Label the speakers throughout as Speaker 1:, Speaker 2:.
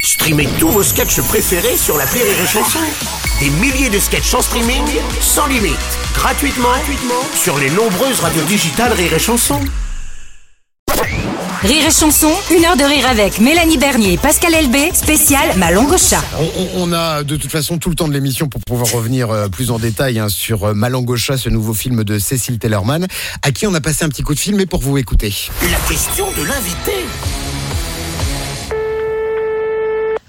Speaker 1: Streamez tous vos sketchs préférés sur la Rire et Chanson. Des milliers de sketchs en streaming, sans limite, gratuitement, gratuitement sur les nombreuses radios digitales Rire et Chanson.
Speaker 2: Rire et chanson, une heure de rire avec Mélanie Bernier et Pascal Elbé, spécial Ma langue au chat.
Speaker 3: On, on- on a de toute façon tout le temps de l'émission pour pouvoir revenir euh, plus en détail hein, sur euh, Malangocha, ce nouveau film de Cécile Tellerman, à qui on a passé un petit coup de fil, mais pour vous écouter.
Speaker 1: La question de l'invité.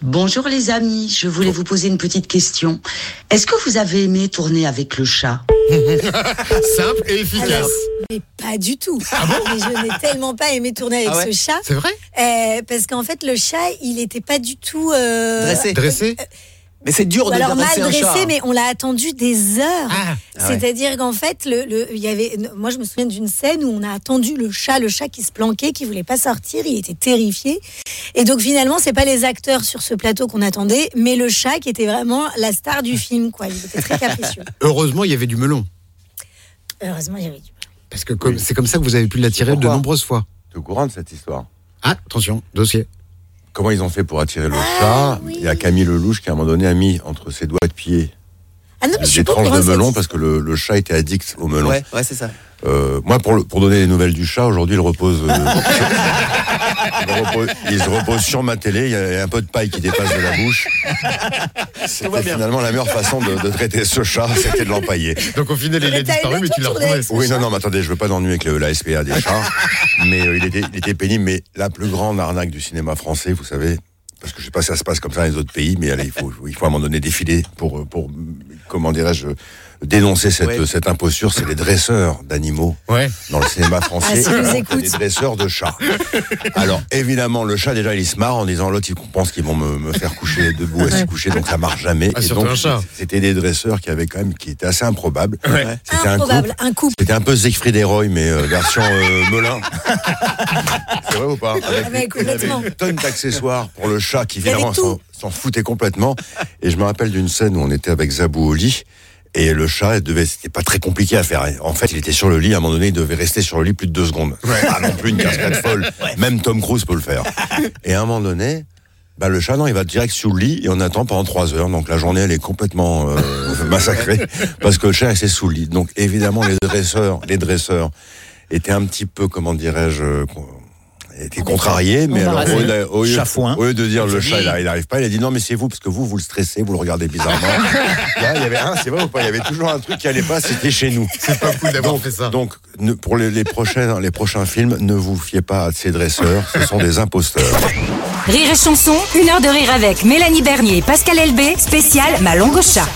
Speaker 4: Bonjour les amis, je voulais vous poser une petite question. Est-ce que vous avez aimé tourner avec le chat
Speaker 3: Simple et efficace.
Speaker 5: Alors, mais pas du tout. mais je n'ai tellement pas aimé tourner avec
Speaker 6: Ah ouais
Speaker 5: ce chat.
Speaker 3: C'est vrai
Speaker 5: euh, parce qu'en fait, le chat, il n'était pas du tout. euh,
Speaker 6: Dressé.
Speaker 3: Dressé
Speaker 6: Mais c'est dur
Speaker 5: Ou
Speaker 6: de
Speaker 5: alors mal
Speaker 6: dresser un
Speaker 5: dressé,
Speaker 6: chat.
Speaker 5: mais on l'a attendu des heures.
Speaker 3: Ah,
Speaker 6: ah ouais.
Speaker 5: C'est-à-dire qu'en fait, le, le- il y avait, moi je me souviens d'une scène où on a attendu le chat, le chat qui se planquait, qui voulait pas sortir, il était terrifié. Et donc finalement, c'est pas les acteurs sur ce plateau qu'on attendait, mais le chat qui était vraiment la star du film, quoi. Il était très capricieux.
Speaker 3: Heureusement, il y avait du melon.
Speaker 5: Heureusement, il y avait du.
Speaker 3: Parce que comme- c'est comme ça que vous avez pu l'attirer de
Speaker 7: Pourquoi
Speaker 3: nombreuses fois.
Speaker 7: T'es au courant de cette histoire
Speaker 3: Ah, attention, dossier.
Speaker 7: Comment ils ont fait pour attirer le
Speaker 5: Ah
Speaker 7: chat Il y a Camille Lelouch qui, à un moment donné, a mis entre ses doigts de pied
Speaker 5: Ah non, mais je suis
Speaker 7: des
Speaker 5: pas au
Speaker 7: tranches
Speaker 5: courant
Speaker 7: de
Speaker 5: cette
Speaker 7: melon parce que le, le chat était addict au melon.
Speaker 6: Ouais, ouais, c'est ça.
Speaker 7: Euh, moi, pour, le- pour donner les nouvelles du chat, aujourd'hui, il repose. euh, il repose- il se repose sur ma télé, il y a un peu de paille qui dépasse de la bouche. C'était finalement la meilleure façon de, de traiter ce chat, c'était de l'empailler.
Speaker 3: Donc au final, il
Speaker 5: Mais
Speaker 3: est
Speaker 5: t'as
Speaker 3: disparu,
Speaker 5: aimé,
Speaker 3: mais
Speaker 5: toi,
Speaker 3: tu l'as
Speaker 5: tourner
Speaker 3: retrouvé.
Speaker 5: avec ce
Speaker 7: Oui,
Speaker 5: chat
Speaker 7: non, non, mais attendez, je veux pas d'ennui avec le- la SPA des chats, mais euh, il, était, il était pénible. Mais la plus grande arnaque du cinéma français, vous savez, parce que je sais pas si ça se passe comme ça dans les autres pays, mais allez, il faut, il faut à un moment donné défiler pour, euh, pour euh, comment dirais-je, dénoncer cette,
Speaker 6: Ouais.
Speaker 7: cette imposture. C'est les dresseurs d'animaux
Speaker 3: Ouais.
Speaker 7: dans le cinéma français.
Speaker 5: Ah, s'ils nous
Speaker 7: c'est
Speaker 5: écoutent.
Speaker 7: des dresseurs de chats. Alors, évidemment, le chat, déjà, il se marre en disant l'autre, il pense qu'ils vont me, me faire coucher debout, assis couché, donc ça marche jamais.
Speaker 3: Ah,
Speaker 7: Et
Speaker 3: surtout
Speaker 7: donc,
Speaker 3: un chat.
Speaker 7: c'était des dresseurs qui avaient quand même, qui étaient assez improbables. C'était un couple.
Speaker 5: Improbable, un couple.
Speaker 7: C'était un peu Siegfried et Roy, mais euh, version euh, Melun. C'est vrai ou pas Avec
Speaker 5: Ah bah, complètement.
Speaker 7: une tonne d'accessoires pour le chat qui
Speaker 5: y avait
Speaker 7: finalement
Speaker 5: tout.
Speaker 7: s'en- s'en foutait complètement. Et je me rappelle d'une scène où on était avec Zabou au lit. Et le chat, il devait, c'était pas très compliqué à faire. En fait, il était sur le lit. À un moment donné, il devait rester sur le lit plus de deux secondes. Ah non plus une cascade folle. Même Tom Cruise peut le faire. Et à un moment donné, bah, le chat, non, il va direct sous le lit et on attend pendant trois heures. Donc la journée, elle est complètement euh, massacrée parce que le chat, c'est sous le lit. Donc évidemment, les dresseurs, les dresseurs étaient un petit peu, comment dirais-je, euh, con- étaient contrariés. Mais alors, au lieu, d'a- au lieu-
Speaker 6: Chafouin.
Speaker 7: au lieu de dire le
Speaker 6: dit-
Speaker 7: chat, il n'arrive pas, il a dit non, mais c'est vous parce que vous, vous le stressez, vous le regardez bizarrement. Là, il y avait un, c'est vrai ou pas Il y avait toujours un truc qui allait pas, c'était chez nous.
Speaker 3: C'est pas cool d'avoir fait ça.
Speaker 7: Donc, ne- pour les, les prochains, les prochains films, ne vous fiez pas à ces dresseurs, ce sont des imposteurs.
Speaker 2: Rire et chanson, une heure de rire avec Mélanie Bernier et Pascal Elbé, spécial Ma langue au chat.